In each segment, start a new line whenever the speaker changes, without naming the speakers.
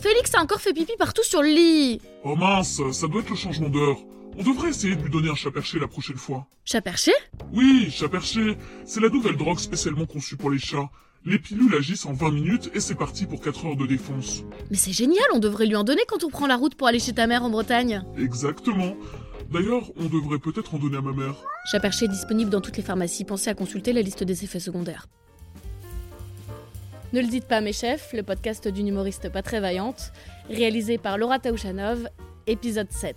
Félix a encore fait pipi partout sur le lit.
Oh mince, ça doit être le changement d'heure. On devrait essayer de lui donner un chat perché la prochaine fois.
Chat perché
Oui, chat perché, c'est la nouvelle drogue spécialement conçue pour les chats. Les pilules agissent en 20 minutes et c'est parti pour 4 heures de défonce.
Mais c'est génial, on devrait lui en donner quand on prend la route pour aller chez ta mère en Bretagne.
Exactement. D'ailleurs, on devrait peut-être en donner à ma mère.
Chat perché est disponible dans toutes les pharmacies. Pensez à consulter la liste des effets secondaires. Ne le dites pas, mes chefs, le podcast d'une humoriste pas très vaillante, réalisé par Laura Taouchanov, épisode 7.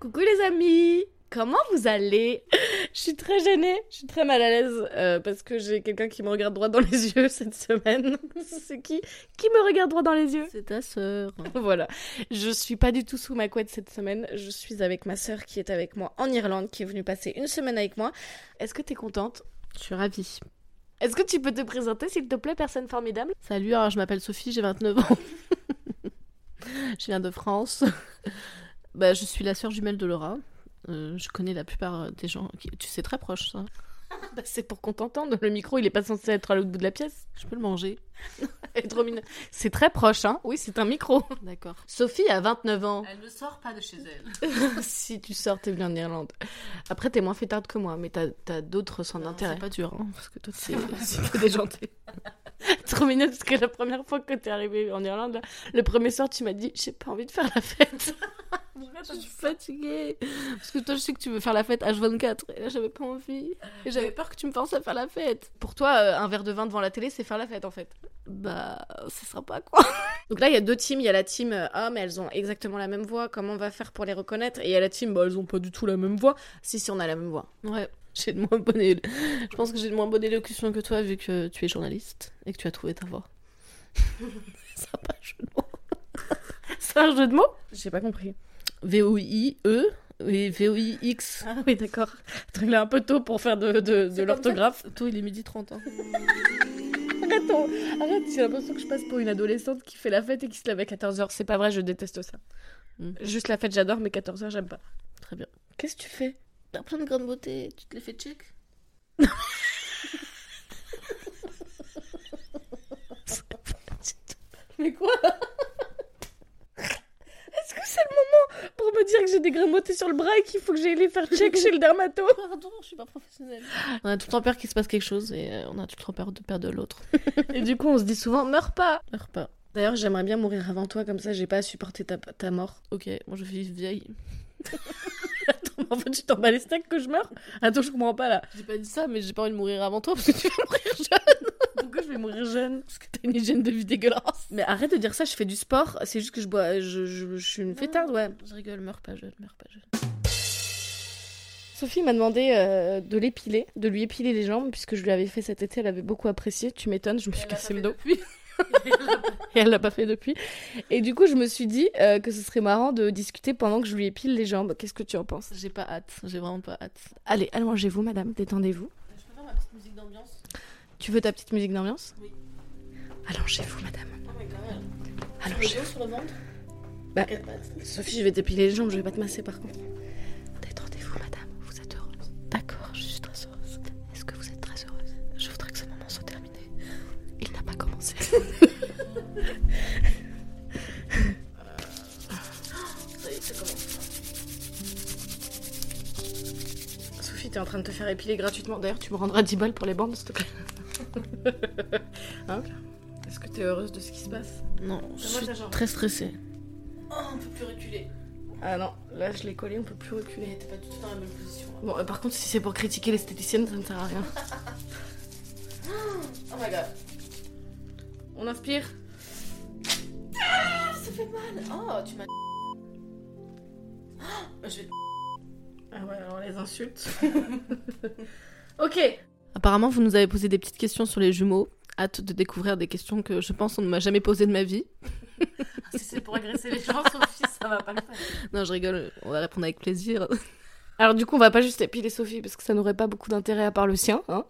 Coucou les amis Comment vous allez Je suis très gênée, je suis très mal à l'aise euh, parce que j'ai quelqu'un qui me regarde droit dans les yeux cette semaine. C'est qui Qui me regarde droit dans les yeux
C'est ta sœur.
Voilà. Je suis pas du tout sous ma couette cette semaine. Je suis avec ma sœur qui est avec moi en Irlande, qui est venue passer une semaine avec moi. Est-ce que t'es contente
Je suis ravie.
Est-ce que tu peux te présenter, s'il te plaît, personne formidable
Salut, alors je m'appelle Sophie, j'ai 29 ans. je viens de France. bah, je suis la sœur jumelle de Laura. Euh, je connais la plupart des gens. Qui... Tu sais, très proche, ça.
Bah, C'est pour qu'on t'entende. Le micro, il est pas censé être à l'autre bout de la pièce.
Je peux le manger.
Elle est trop mignonne. C'est très proche, hein Oui, c'est un micro.
D'accord.
Sophie a 29 ans.
Elle ne sort pas de chez elle.
si tu sors, t'es bien en Irlande. Après, t'es moins fêtarde que moi, mais t'as as, d'autres sans intérêt.
C'est pas dur, hein, parce que toi, c'est
C'est déjanté. Trop mignon parce que la première fois que t'es arrivée en Irlande, là, le premier soir, tu m'as dit J'ai pas envie de faire la fête.
Je suis fatiguée. Parce que toi, je sais que tu veux faire la fête H24. Et là, j'avais pas envie. Et j'avais peur que tu me forces à faire la fête.
Pour toi, euh, un verre de vin devant la télé, c'est faire la fête en fait.
Bah, ce sera pas quoi.
Donc là, il y a deux teams. Il y a la team euh, Ah, mais elles ont exactement la même voix. Comment on va faire pour les reconnaître Et il y a la team Bah, elles ont pas du tout la même voix. Si, si, on a la même voix.
Ouais, j'ai de moins bonne élo- Je pense que j'ai de moins bonne élocution que toi, vu que tu es journaliste et que tu as trouvé ta voix. Ça a pas un jeu de mots.
C'est un jeu de mots J'ai pas compris.
V-O-I-E E et V-O-I-X.
Ah oui, d'accord. Attends, Il est un peu tôt pour faire de, de, de
comme
l'orthographe.
Toi, il est midi 30. Hein.
Arrête, on- arrête, j'ai l'impression que je passe pour une adolescente qui fait la fête et qui se lève à 14h. C'est pas vrai, je déteste ça.
Mm.
Juste la fête, j'adore, mais 14h, j'aime pas.
Très bien.
Qu'est-ce que tu fais
T'as plein de grandes beautés, tu te les fais check
Mais quoi Est-ce que c'est le moment pour me dire que j'ai des grimotées sur le bras et qu'il faut que j'aille les faire check chez le dermato
Pardon, je suis pas professionnelle. On a tout le temps peur qu'il se passe quelque chose et euh, on a tout le temps peur de perdre l'autre.
Et du coup, on se dit souvent, meurs pas
Meurs pas.
D'ailleurs, j'aimerais bien mourir avant toi, comme ça j'ai pas à supporter ta, ta mort.
Ok, moi je vis vieille.
Attends, mais en fait, tu t'en bats les steaks que je meurs Attends, je comprends pas là.
J'ai pas dit ça, mais j'ai pas envie de mourir avant toi parce que tu vas mourir jeune.
Pourquoi je vais mourir jeune
Parce que t'as une hygiène de vie dégueulasse.
Mais arrête de dire ça, je fais du sport, c'est juste que je bois. Je, je- je suis une fêtarde, ouais.
Je rigole, meurs pas jeune, meurs pas jeune.
Sophie m'a demandé euh, de l'épiler, de lui épiler les jambes, puisque je lui avais fait cet été, elle avait beaucoup apprécié. Tu m'étonnes, je me suis
Elle l'a
cassé
pas
le
fait
dos. Et elle l'a pas fait depuis. Et du coup, je me suis dit euh, que ce serait marrant de discuter pendant que je lui épile les jambes. Qu'est-ce que tu en penses
J'ai pas hâte, j'ai vraiment pas hâte.
Allez, allongez-vous, madame, détendez-vous.
Je peux faire ma petite musique d'ambiance
Tu veux ta petite musique d'ambiance
Oui.
Allongez-vous, madame.
Non, Oh, mais quand même.
Allongez-vous.
sur le ventre
Bah, Sophie, je vais t'épiler les jambes, je vais pas te masser par contre. Détendez-vous, madame, vous êtes heureuse. D'accord, je suis très heureuse. Est-ce que vous êtes très heureuse Je voudrais que ce moment soit terminé. Il n'a pas commencé. Sophie, t'es en train de te faire épiler gratuitement. D'ailleurs, tu me rendras 10 balles pour les bandes, s'il te plaît. Hein Est-ce que t'es heureuse de ce qui se passe
Non, je
moi,
suis
ça, genre-
très stressée.
on peut plus reculer.
Ah non, là je l'ai collé, on peut plus reculer.
T'es pas du tout dans la même position. hein.
Bon, euh, par contre, si c'est pour critiquer l'esthéticienne, ça ne sert à rien.
Oh my god.
On inspire.
Ah, Oh, tu m'as. Oh, je vais.
Ah ouais, alors les insultes. ok.
Ah,
Apparemment, vous nous avez posé des petites questions sur les jumeaux. Hâte de découvrir des questions que je pense on ne m'a jamais posées de ma vie.
Si c'est pour agresser les gens, Sophie, ça va pas le faire.
Non, je rigole, on va répondre avec plaisir.
Alors du coup, on va pas juste épiler Sophie parce que ça n'aurait pas beaucoup d'intérêt à part le sien. hein.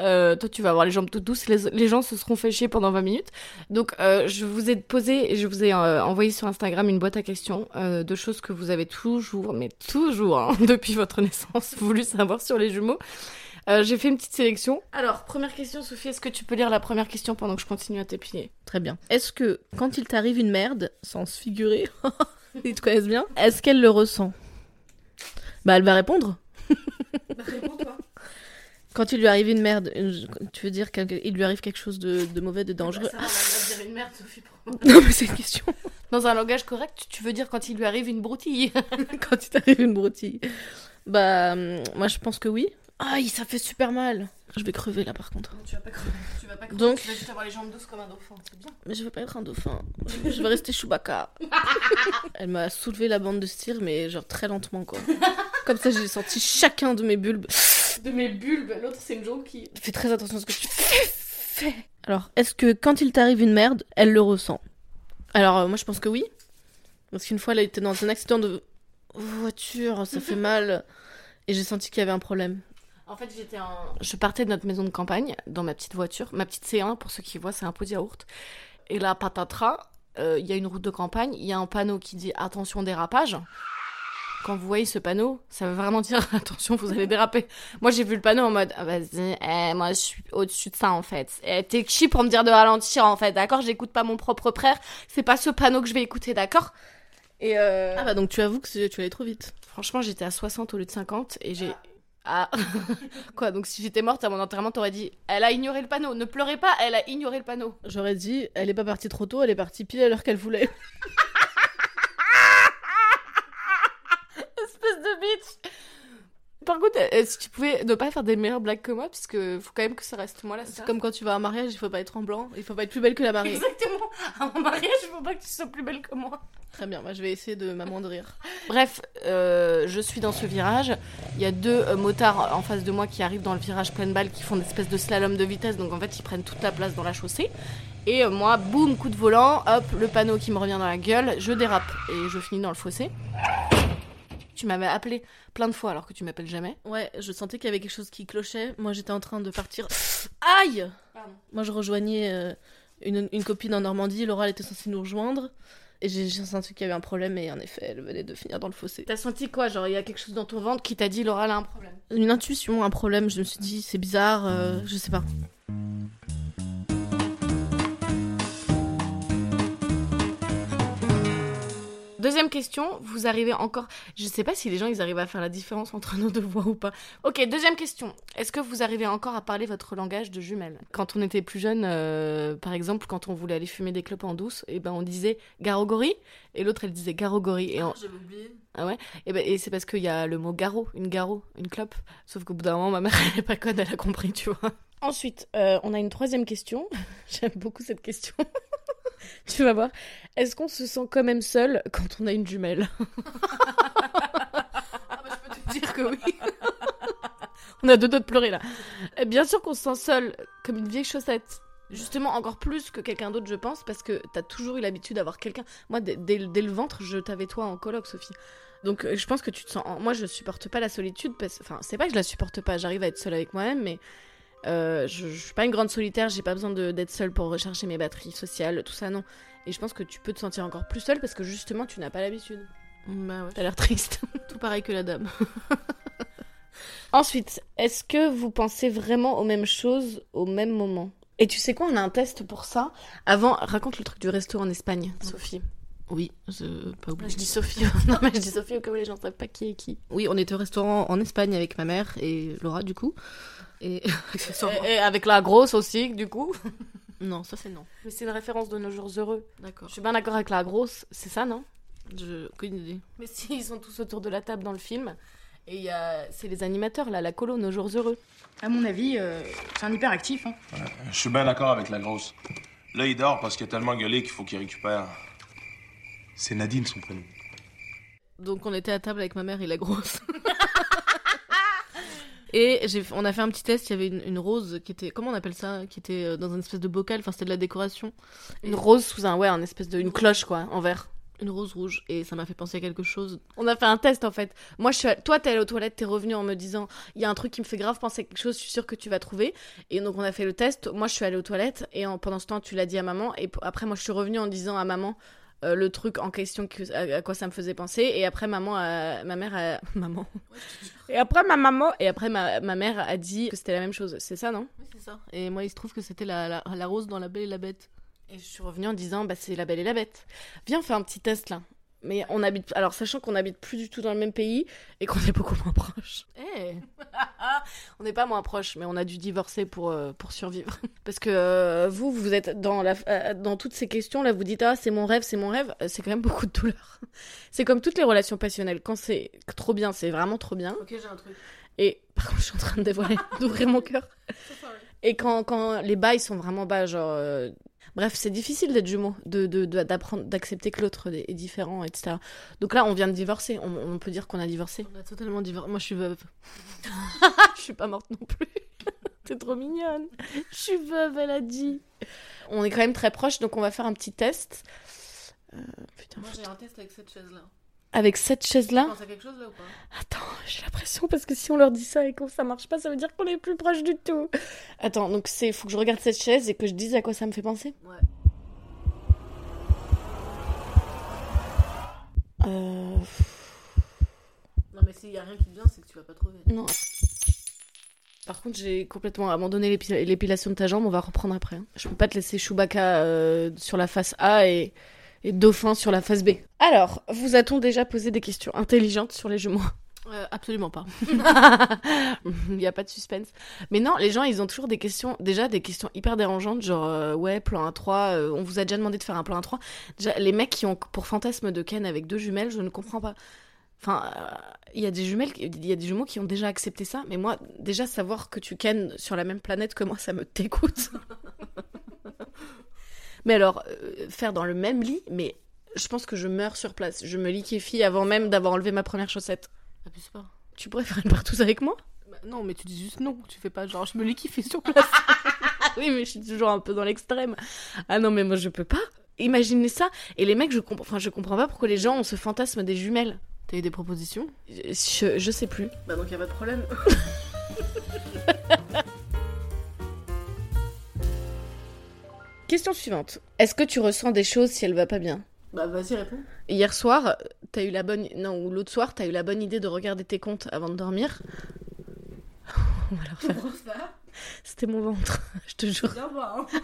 Euh, toi, tu vas avoir les jambes toutes douces, les, les gens se seront fait chier pendant 20 minutes. Donc, euh, je vous ai posé, et je vous ai euh, envoyé sur Instagram une boîte à questions euh, de choses que vous avez toujours, mais toujours, hein, depuis votre naissance, voulu savoir sur les jumeaux. Euh, J'ai fait une petite sélection. Alors, première question, Sophie, est-ce que tu peux lire la première question pendant que je continue à t'épiner
Très bien. Est-ce que quand il t'arrive une merde, sans se figurer, ils te connaissent bien, est-ce qu'elle le ressent Bah elle va répondre.
Bah, réponds-toi.
Quand il lui arrive une merde, une- tu veux dire qu'il lui arrive quelque chose de, de mauvais, de dangereux
Bah, Ça va, on va dire une merde, Sophie. pour-
Non mais c'est une question.
Dans un langage correct, tu veux dire quand il lui arrive une broutille.
quand il t'arrive une broutille. Bah hum, moi je pense que oui. Aïe ça Ah, fait super mal. Je vais crever là par contre.
Non, Tu vas pas crever. Tu vas pas crever.
Donc-
Tu vas juste avoir les jambes douces comme un dauphin. C'est bien.
Mais je veux pas être un dauphin. Je veux rester Chewbacca. Elle m'a soulevé la bande de cire, mais genre très lentement, quoi. Comme ça, j'ai senti chacun de mes bulbes.
De mes bulbes, l'autre c'est une jonquille.
Fais très attention à ce que tu fais. Alors, est-ce que quand il t'arrive une merde, elle le ressent Alors, euh, moi, je pense que oui. Parce qu'une fois, elle était dans un accident de voiture, ça fait mal. Et j'ai senti qu'il y avait un problème.
En fait, j'étais en... Je partais de notre maison de campagne dans ma petite voiture. Ma petite C1, pour ceux qui voient, c'est un pot de yaourt. Et là, patatras, euh, il y a une route de campagne, il y a un panneau qui dit attention dérapage. Quand vous voyez ce panneau, ça veut vraiment dire attention, vous allez déraper. Moi, j'ai vu le panneau en mode Ah, vas-y, eh, moi je suis au-dessus de ça en fait. Eh, T'es qui pour me dire de ralentir en fait, d'accord J'écoute pas mon propre frère, c'est pas ce panneau que je vais écouter, d'accord Et euh,
Ah bah, donc tu avoues que c'est- tu allais trop vite.
Franchement, j'étais à 60 au lieu de 50 et j'ai. Ah Quoi, donc si j'étais morte à mon enterrement, t'aurais dit Elle a ignoré le panneau, ne pleurez pas, elle a ignoré le panneau.
J'aurais dit, elle est pas partie trop tôt, elle est partie pile à l'heure qu'elle voulait.
Espèce de bitch Par contre, euh, si tu pouvais ne pas faire des meilleures blagues que moi, parce que faut quand même que ça reste moi là,
C'est
c'est comme.
comme quand tu vas à un mariage, il faut pas être tremblant, il faut pas être plus belle que la mariée.
Exactement À mon mariage, je veux pas que tu sois plus belle que moi.
Très bien, moi je vais essayer de m'amoindrir.
Bref, euh, je suis dans ce virage. Il y a deux euh, motards en face de moi qui arrivent dans le virage pleine balle, qui font une espèce de slalom de vitesse. Donc en fait, ils prennent toute la place dans la chaussée. Et euh, moi, boum, coup de volant, hop, le panneau qui me revient dans la gueule, je dérape et je finis dans le fossé. Tu m'avais appelé plein de fois alors que tu m'appelles jamais.
Ouais, je sentais qu'il y avait quelque chose qui clochait. Moi j'étais en train de partir. Aïe
Pardon.
Moi je rejoignais euh, une, une copine en Normandie, Laura elle était censée nous rejoindre. Et j'ai j'ai senti qu'il y avait un problème et en effet elle venait de finir dans le fossé.
T'as senti quoi Genre, il y a quelque chose dans ton ventre qui t'a dit Laura, elle a un problème.
Une intuition, un problème, je me suis dit c'est bizarre, euh, je sais pas.
Deuxième question, vous arrivez encore. Je sais pas si les gens ils arrivent à faire la différence entre nos deux voix ou pas. Ok, deuxième question. Est-ce que vous arrivez encore à parler votre langage de jumelles Quand on était plus jeune, euh, par exemple, quand on voulait aller fumer des clopes en douce, et ben on disait garogori et l'autre elle disait garogori et, on-
Ah, J'avais oublié.
et, ben, et c'est parce qu'il y a le mot garo, une garo, une clope. Sauf qu'au bout d'un moment, ma mère elle est pas conne, elle a compris, tu vois. Ensuite, euh, on a une troisième question. J'aime beaucoup cette question. tu vas voir. Est-ce qu'on se sent quand même seul quand on a une jumelle
Ah bah je peux te
dire que oui. On a deux doigts de pleurer là. Euh, Bien sûr qu'on se sent seul, comme une vieille chaussette. Justement, encore plus que quelqu'un d'autre, je pense, parce que t'as toujours eu l'habitude d'avoir quelqu'un. Moi, dès, dès le- dès le ventre, je t'avais toi en colloque, Sophie. Donc, euh, je pense que tu te sens. en- Moi, je supporte pas la solitude. Parce... Enfin, c'est pas que je la supporte pas. J'arrive à être seule avec moi-même, mais euh, je, je suis pas une grande solitaire. J'ai pas besoin de- d'être seule pour recharger mes batteries sociales, tout ça, non. Et je pense que tu peux te sentir encore plus seule parce que justement, tu n'as pas l'habitude.
Bah ouais,
T'as l'air triste.
tout pareil que la dame.
Ensuite, est-ce que vous pensez vraiment aux mêmes choses au même moment Et tu sais quoi, on a un test pour ça. Avant, raconte le truc du resto en Espagne, Sophie.
Oui, Ah, je pas oublié.
Je dis Sophie, non mais je dis Sophie au cas où les gens savent pas qui est qui.
Oui, on était au restaurant en Espagne avec ma mère et Laura du coup. Et accessoirement.
Et, et avec la grosse aussi, du coup.
Non, ça c'est non.
Mais c'est une référence de nos jours heureux.
D'accord.
Je suis bien d'accord avec la grosse, c'est ça, non
Je... Aucune idée.
Mais si, ils sont tous autour de la table dans le film. Et il y a- c'est les animateurs, là, la colo, nos jours heureux.
À mon avis, euh, c'est un hyperactif. Hein.
Je suis bien d'accord avec la grosse. Là, il dort parce qu'il a tellement gueulé qu'il faut qu'il récupère. C'est Nadine, son prénom.
Donc on était à table avec ma mère et la grosse. Et j'ai- on a fait un petit test, il y avait une, une rose qui était, comment on appelle ça, qui était euh, dans une espèce de bocal, enfin c'était de la décoration,
Une rose sous un, ouais, un espèce de, une cloche, quoi, en verre.
une rose rouge, et ça m'a fait penser à quelque chose.
On a fait un test en fait. Moi, je suis allée- toi, t'es allée aux toilettes, t'es revenue en me disant il y a un truc qui me fait grave penser à quelque chose, je suis sûre que tu vas trouver. Et donc, on a fait le test. Moi, je suis allée aux toilettes et en- pendant ce temps, tu l'as dit à maman. Et p- après, moi, je suis revenue en disant à maman euh, le truc en question que- à, à quoi ça me faisait penser. Et après, maman, a- ma mère, a- maman. Et après, ma maman, et après, ma, ma mère a dit que c'était la même chose. C'est ça, non
Oui, c'est ça. Et moi, il se trouve que c'était la, la, la rose dans La Belle et la Bête.
Et je suis revenue en disant, bah, c'est la belle et la bête. Viens, on fait un petit test là. Mais on habite. Alors, sachant qu'on habite plus du tout dans le même pays et qu'on est beaucoup moins proches. Eh On n'est pas moins proches, mais on a dû divorcer pour, euh, pour survivre. Parce que euh, vous, vous êtes dans, la, euh, dans toutes ces questions là, vous dites, ah, c'est mon rêve, c'est mon rêve. Euh, C'est quand même beaucoup de douleur. C'est comme toutes les relations passionnelles. Quand c'est trop bien, c'est vraiment trop bien.
Ok, j'ai un truc.
Et par contre, je suis en train de dévoiler, d'ouvrir mon cœur. Et quand, quand les bails sont vraiment bas, genre. euh, Bref, c'est difficile d'être jumeau, de, de, de- d'apprendre, d'accepter que l'autre est est différent, etc. Donc là, on vient de divorcer. On, on peut dire qu'on a divorcé.
On a totalement divorcé. Moi, je suis veuve.
je suis pas morte non plus. T'es trop mignonne. Je suis veuve, elle a dit. On est quand même très proches, donc on va faire un petit test. Euh, putain, faut-
un test avec cette chaise-là.
avec cette chaise-là.
à quelque chose là ou pas
Attends, Oh, j'ai l'impression parce que si on leur dit ça et que ça marche pas, ça veut dire qu'on est plus proche du tout. Attends, donc c'est faut que je regarde cette chaise et que je dise à quoi ça me fait penser.
Ouais.
Euh,
Non, mais s'il y a rien qui vient, c'est que tu vas pas trouver.
non. Par contre, j'ai complètement abandonné l'épi- l'épilation de ta jambe. On va reprendre après. hein. Je peux pas te laisser Chewbacca euh, sur la face A et, et Dauphin sur la face B. Alors, vous a-t-on déjà posé des questions intelligentes sur les jumeaux
Euh, absolument pas.
Il n'y a pas de suspense. Mais non, les gens, ils ont toujours des questions, déjà des questions hyper dérangeantes, genre, euh, ouais, plan 1-3, euh, on vous a déjà demandé de faire un plan 1-3. Déjà, les mecs qui ont pour fantasme de Ken avec deux jumelles, je ne comprends pas. Enfin, euh, il y a des jumelles, qui- il y a des jumeaux qui ont déjà accepté ça, mais moi, déjà, savoir que tu Ken sur la même planète que moi, ça me dégoûte. mais alors, euh, faire dans le même lit, mais je pense que je meurs sur place. Je me liquéfie avant même d'avoir enlevé ma première chaussette.
Abuse pas.
Tu pourrais faire une partouze avec moi
Bah, non, mais tu dis juste non. Tu fais pas genre je me liquifie sur place.
Ah Oui, mais je suis toujours un peu dans l'extrême. Ah non, mais moi je peux pas. Imaginez ça. Et les mecs, je comprends, enfin, je comprends pas pourquoi les gens ont ce fantasme des jumelles.
T'as eu des propositions
Je, je sais plus.
Bah donc y a pas de problème.
Question suivante. Est-ce que tu ressens des choses si elle va pas bien
Bah vas-y réponds.
Hier soir, t'as eu la bonne, non, ou l'autre soir, t'as eu la bonne idée de regarder tes comptes avant de dormir. On va leur faire. C'était mon ventre. Je te jure.
hein.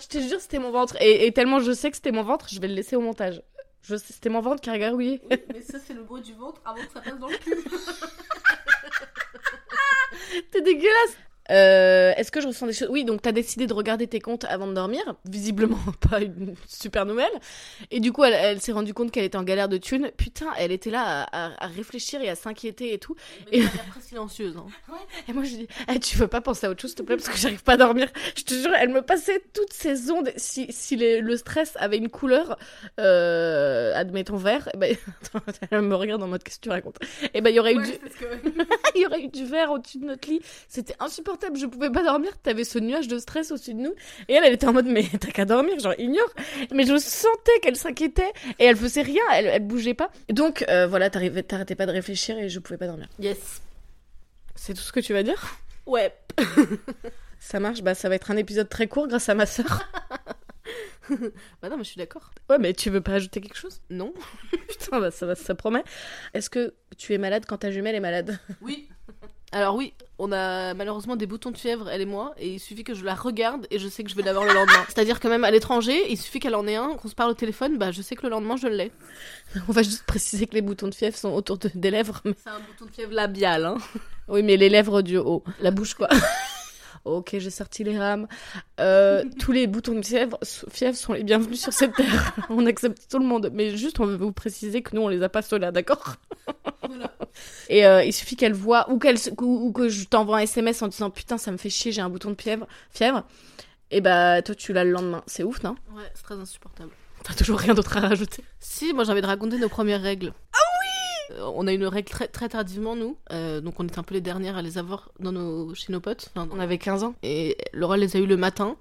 Je te jure, c'était mon ventre. Et, et tellement je sais que c'était mon ventre, je vais le laisser au montage. Je sais- c'était mon ventre qui a gargouillé.
mais ça c'est le bruit du ventre avant que ça passe dans le cul.
T'es dégueulasse Euh, Est-ce que je ressens des choses Oui, donc t'as décidé de regarder tes comptes avant de dormir. Visiblement pas une super nouvelle. Et du coup, elle, elle s'est rendue compte qu'elle était en galère de thunes. Putain, elle était là à, à- à réfléchir et à s'inquiéter et tout.
Mais de manière très silencieuse. Hein.
Et moi, je dis, Eh, tu veux pas penser à autre chose, s'il te plaît, parce que j'arrive pas à dormir. Je te jure, elle me passait toutes ces ondes. Si, si les- le stress avait une couleur, euh, admettons vert, eh ben, attends, elle me regarde en mode qu'est-ce que tu racontes Et ben, il y aurait eu du... il y aurait eu du verre au-dessus de notre lit. C'était insupportable. Je pouvais pas dormir. T'avais ce nuage de stress au-dessus de nous. Et elle, elle était en mode, mais t'as qu'à dormir, genre, ignore. Mais je sentais qu'elle s'inquiétait et elle faisait rien. Elle, elle bougeait pas. Donc, euh, voilà, t'arrivais- t'arrêtais pas de réfléchir et je pouvais pas dormir.
Yes.
C'est tout ce que tu vas dire?
Ouais.
Ça marche, bah ça va être un épisode très court grâce à ma sœur.
Bah non mais je suis d'accord.
Ouais, mais tu veux pas ajouter quelque chose
Non.
Putain, bah ça, va, ça promet. Est-ce que tu es malade quand ta jumelle est malade
Oui. Alors oui, on a malheureusement des boutons de fièvre, elle et moi, et il suffit que je la regarde et je sais que je vais l'avoir le lendemain. C'est-à-dire que même à l'étranger, il suffit qu'elle en ait un, qu'on se parle au téléphone, bah je sais que le lendemain je l'ai.
On va juste préciser que les boutons de fièvre sont autour de- des lèvres. mais-
C'est un bouton de fièvre labial, hein.
Oui, mais les lèvres du haut. La bouche, quoi. ok, j'ai sorti les rames. Euh, tous les boutons de fièvre, fièvre sont les bienvenus sur cette terre. on accepte tout le monde. Mais juste, on veut vous préciser que nous, on les a pas ceux-là, d'accord Et euh, il suffit qu'elle voit ou qu'elle se- ou, ou que je t'envoie un SMS en disant putain ça me fait chier j'ai un bouton de fièvre fièvre et bah toi tu l'as le lendemain c'est ouf non
Ouais, c'est très insupportable.
t'as toujours rien d'autre à rajouter
Si, moi j'ai envie de raconter nos premières règles. Ah oui On a eu une règle très, très tardivement, nous. Euh, donc on était un peu les dernières à les avoir dans nos... chez nos potes. Enfin,
on avait 15 ans
Et Laura les a eu le matin.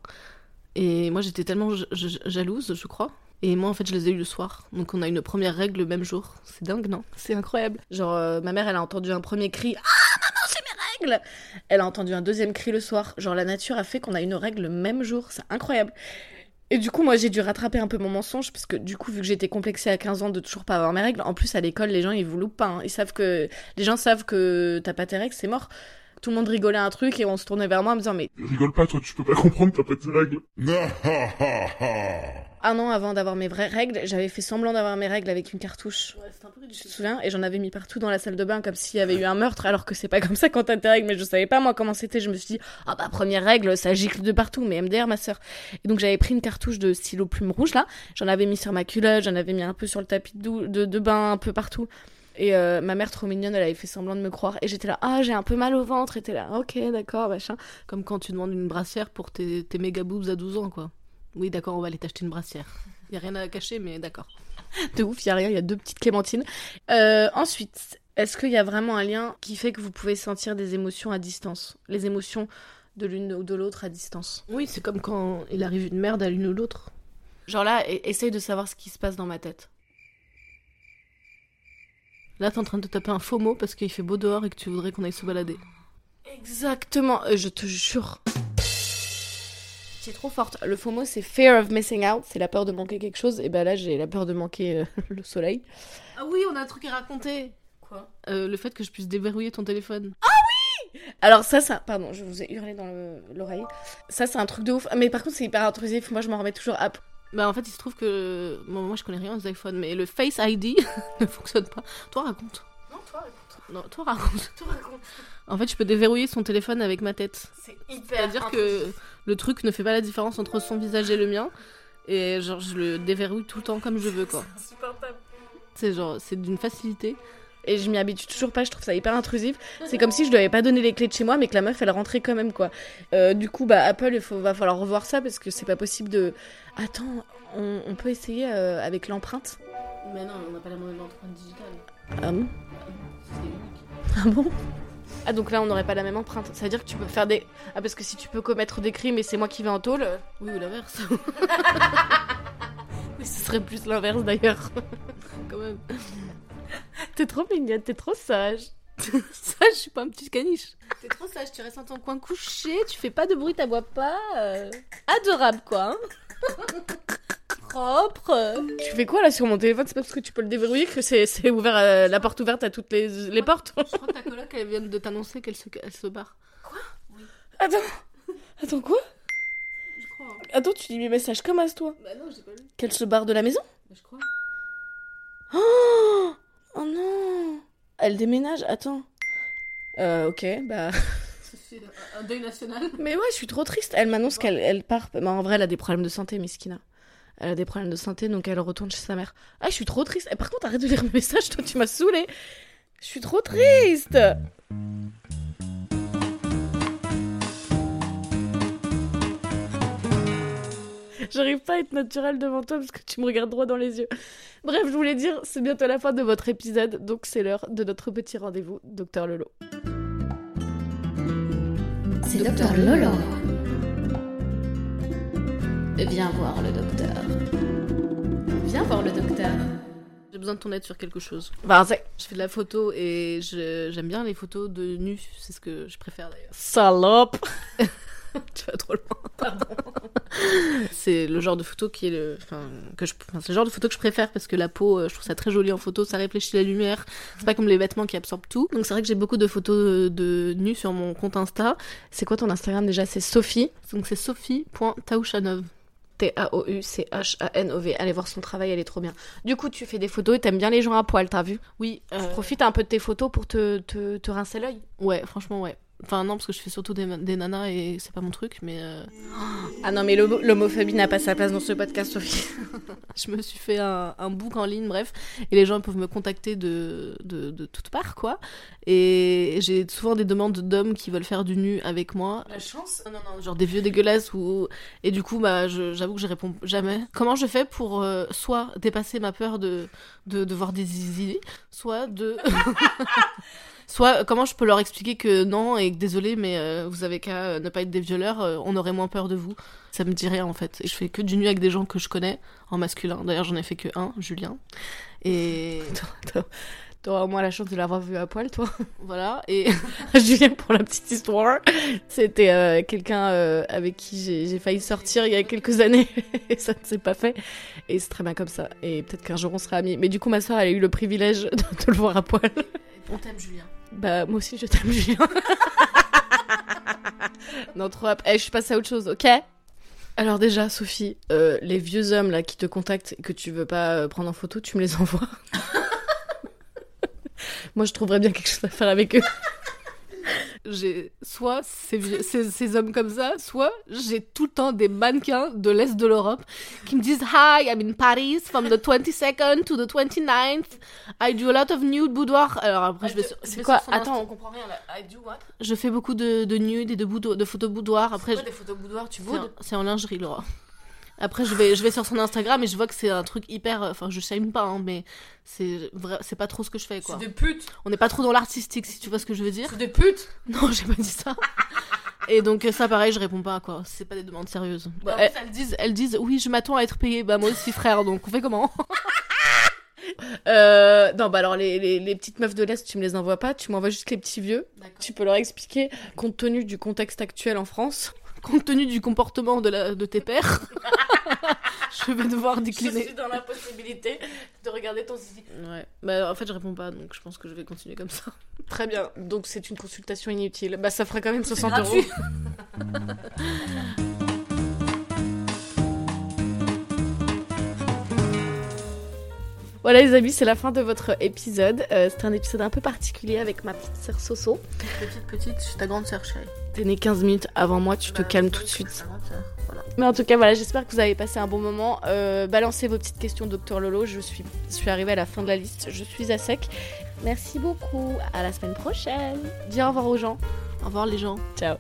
Et moi, j'étais tellement j- j- jalouse, je crois. Et moi, en fait, je les ai eu le soir. Donc, on a une première règle le même jour. C'est dingue, non
c'est incroyable genre euh, ma mère elle a entendu un premier cri ah maman c'est mes règles elle a entendu un deuxième cri le soir genre la nature a fait qu'on a une règle le même jour c'est incroyable Et du coup, moi, j'ai dû rattraper un peu mon mensonge, parce que du coup, vu que j'étais complexée à 15 ans de toujours pas avoir mes règles, en plus, à l'école, les gens, ils vous loupent pas. hein. Ils savent que... Les gens savent que t'as pas tes règles, c'est mort. Tout le monde rigolait un truc et on se tournait vers moi en me disant, mais
Rigole pas, toi, tu peux pas comprendre, t'as pas tes règles.
un an avant d'avoir mes vraies règles, j'avais fait semblant d'avoir mes règles avec une cartouche. Tu te souviens Et j'en avais mis partout dans la salle de bain comme s'il y avait eu un meurtre, alors que c'est pas comme ça quand t'as tes règles. Mais je savais pas moi comment c'était. Je me suis dit, ah bah première règle, ça gicle de partout. Mais MDR, ma sœur. Et donc j'avais pris une cartouche de stylo plume rouge là. J'en avais mis sur ma culotte, j'en avais mis un peu sur le tapis de, dou- de, de bain, un peu partout. Et euh, ma mère trop mignonne, elle avait fait semblant de me croire. Et j'étais là, ah j'ai un peu mal au ventre. Et t'es là, ok d'accord machin.
Comme quand tu demandes une brassière pour tes, tes méga boobs à 12 ans, quoi. Oui, d'accord, on va aller t'acheter une brassière. Y a rien à cacher, mais d'accord.
de ouf, il y a rien, il y a deux petites clémentines. Euh, ensuite, est-ce qu'il y a vraiment un lien qui fait que vous pouvez sentir des émotions à distance Les émotions de l'une ou de l'autre à distance
Oui, c'est comme quand il arrive une merde à l'une ou l'autre.
Genre là, e- essaye de savoir ce qui se passe dans ma tête.
Là, t'es en train de te taper un faux mot parce qu'il fait beau dehors et que tu voudrais qu'on aille se balader.
Exactement, euh, je te jure. C'est trop forte. Le faux mot, c'est fear of missing out. C'est la peur de manquer quelque chose. Et ben là, j'ai la peur de manquer euh, le soleil.
Ah oui, on a un truc à raconter
Quoi
Euh, Le fait que je puisse déverrouiller ton téléphone.
Alors ça, ça, pardon, je vous ai hurlé dans le- l'oreille. Ça, c'est un truc de ouf. Ah, Mais par contre, c'est hyper intrusif. Moi, je m'en remets toujours à
Bah, en fait, il se trouve que. bon, moi, je connais rien aux iPhones, mais le Face ID ne fonctionne pas. Toi, raconte.
Non, toi, raconte.
Non, toi, raconte.
Toi, raconte.
En fait, je peux déverrouiller son téléphone avec ma tête.
C'est hyper.
C'est-à-dire
intrusif.
que le truc ne fait pas la différence entre son visage et le mien. Et genre, je le déverrouille tout le temps comme je veux, quoi.
C'est insupportable.
C'est genre, c'est d'une facilité.
et je m'y habitue toujours pas, je trouve ça hyper intrusif. C'est comme si je lui avais pas donné les clés de chez moi, mais que la meuf elle rentrait quand même quoi. Euh, du coup, bah Apple, il faut, va falloir revoir ça parce que c'est pas possible de. Attends, on, on peut essayer euh, avec l'empreinte
Mais non, on n'a pas la même empreinte digitale.
Ah bon Ah bon Ah donc là on n'aurait pas la même empreinte. Ça veut dire que tu peux faire des. Ah parce que si tu peux commettre des crimes et c'est moi qui vais en tôle. euh,
Oui, ou l'inverse,
Oui, ce serait plus l'inverse d'ailleurs.
quand même.
t'es trop mignonne, t'es trop sage.
Ça, je suis pas un petit caniche.
T'es trop sage, tu restes dans ton coin couché, tu fais pas de bruit, t'aboies pas. euh, Adorable quoi. hein. Propre. Tu fais quoi là sur mon téléphone C'est pas parce que tu peux le déverrouiller que c'est c'est ouvert, euh, la porte ouverte à toutes les, les portes.
Je crois que ta coloc, elle vient de t'annoncer qu'elle se, elle se barre.
Attends, attends quoi
Je crois. hein.
Attends, tu lis mes messages comme as toi.
Bah non, j'ai pas lu.
Qu'elle se barre de la maison
Bah, je crois.
Oh, oh non Elle déménage, attends. Euh, ok, bah.
C'est un deuil national.
Mais ouais, je suis trop triste. Elle m'annonce qu'elle elle part. Bah, en vrai, elle a des problèmes de santé, Miskina. Elle a des problèmes de santé, donc elle retourne chez sa mère. Ah, je suis trop triste. Eh, par contre, arrête de lire mes messages, toi, tu m'as saoulée. Je suis trop triste. J'arrive pas à être naturelle devant toi parce que tu me regardes droit dans les yeux. Bref, je voulais dire, c'est bientôt la fin de votre épisode, donc c'est l'heure de notre petit rendez-vous, Docteur Lolo.
C'est Docteur Lolo. Viens voir le docteur. Viens voir le docteur.
J'ai besoin de ton aide sur quelque chose.
Bah, c'est
Je fais de la photo et je- j'aime bien les photos de nu. C'est ce que je préfère d'ailleurs.
salope.
tu vas trop loin. c'est le genre de photo qui est le, enfin, que je, enfin, c'est le genre de photo que je préfère parce que la peau, euh, je trouve ça très joli en photo, ça réfléchit la lumière. C'est pas comme les vêtements qui absorbent tout. Donc c'est vrai que j'ai beaucoup de photos euh, de nus sur mon compte Insta.
C'est quoi ton Instagram déjà C'est Sophie,
Donc c'est sophie.taouchanov.
T-A-O-U-C-H-A-N-O-V. Allez voir son travail, elle est trop bien. Du coup, tu fais des photos et t'aimes bien les gens à poil, t'as vu
Oui,
Tu
euh,
profites un peu de tes photos pour te, te, te rincer l'œil.
ouais, franchement ouais. Enfin non parce que je fais surtout des, des nanas et c'est pas mon truc mais euh,
Ah non, mais l'homo- l'homophobie n'a pas sa place dans ce podcast, Sophie.
je me suis fait un, un book en ligne, bref, et les gens peuvent me contacter de, de, de toutes parts, quoi. Et j'ai souvent des demandes d'hommes qui veulent faire du nu avec moi. Euh,
La chance.
Non, non, non, genre des vieux dégueulasses ou. Et du coup, bah, je- j'avoue que je réponds jamais. Comment je fais pour euh, soit dépasser ma peur de, de, de voir des zizi, soit de. Soit euh, comment je peux leur expliquer que non et que désolé mais euh, vous avez qu'à euh, ne pas être des violeurs, euh, on aurait moins peur de vous. Ça me dirait en fait. Et je fais que du nu avec des gens que je connais en masculin. D'ailleurs j'en ai fait que un, Julien. Et
T'auras au moins la chance de l'avoir vu à poil, toi.
Voilà, et
Julien, pour la petite histoire, c'était euh, quelqu'un euh, avec qui j'ai j'ai failli sortir il y a quelques années et ça ne s'est pas fait. Et c'est très bien comme ça. Et peut-être qu'un jour on sera amis. Mais du coup, ma soeur, elle a eu le privilège de, de le voir à poil.
on t'aime Julien.
Bah, moi aussi, je t'aime, Julien. non, trop hop. Eh, je suis passée à autre chose, ok Alors, déjà, Sophie, euh, les vieux hommes là qui te contactent et que tu veux pas euh, prendre en photo, tu me les envoies. moi, je trouverais bien quelque chose à faire avec eux.
J'ai soit ces, vieux- ces, ces hommes comme ça, soit j'ai tout le temps des mannequins de l'Est de l'Europe qui me disent Hi, I'm in Paris from the 22nd to the 29th. I do a lot of nude boudoir. Alors après, je vais sur.
c'est quoi Attends.
Attends, on comprend rien là. I do what Je fais beaucoup de, de nude et de, boudo- de photos boudoir. Après, je-
des photos boudoir, tu
C'est en- C'est en lingerie, Laura. Après, je vais, je vais sur son Instagram et je vois que c'est un truc hyper. euh, Enfin, je shame pas, hein, mais c'est vrai- c'est pas trop ce que je fais,
C'est
quoi.
des putes
On n'est pas trop dans l'artistique, si tu vois ce que je veux dire.
C'est des putes
Non, j'ai pas dit ça. Et donc, euh, ça, pareil, je réponds pas, quoi. C'est pas des demandes sérieuses.
Bah,
En plus, elles disent, elles disent, oui, je m'attends à être payée. Bah, moi aussi, frère, donc on fait comment
Euh, non, bah alors, les, les, les petites meufs de l'Est, tu me les envoies pas. Tu m'envoies juste les petits vieux. Tu peux leur expliquer, compte tenu du contexte actuel en France.
Compte tenu du comportement de, la, de tes pères, je vais devoir décliner.
dans la possibilité de regarder ton site.
Ouais. Bah, en fait, je réponds pas, donc je pense que je vais continuer comme ça.
Très bien, donc c'est une consultation inutile. Bah ça ferait quand même 60 euros.
gratuit.
Voilà les amis, c'est la fin de votre épisode. Euh, C'était un épisode un peu particulier avec ma petite sœur Soso.
Petite, petite, je suis ta grande sœur, chérie. Bah,
T'es née 15 minutes avant moi, tu te calmes tout de suite. Mais en tout cas, voilà, j'espère que vous avez passé un bon moment. Euh, balancez vos petites questions, docteur Lolo. Je suis, je suis arrivée à la fin de la liste. Je suis à sec. Merci beaucoup. À la semaine prochaine. Dis au revoir aux gens.
Au revoir les gens.
Ciao.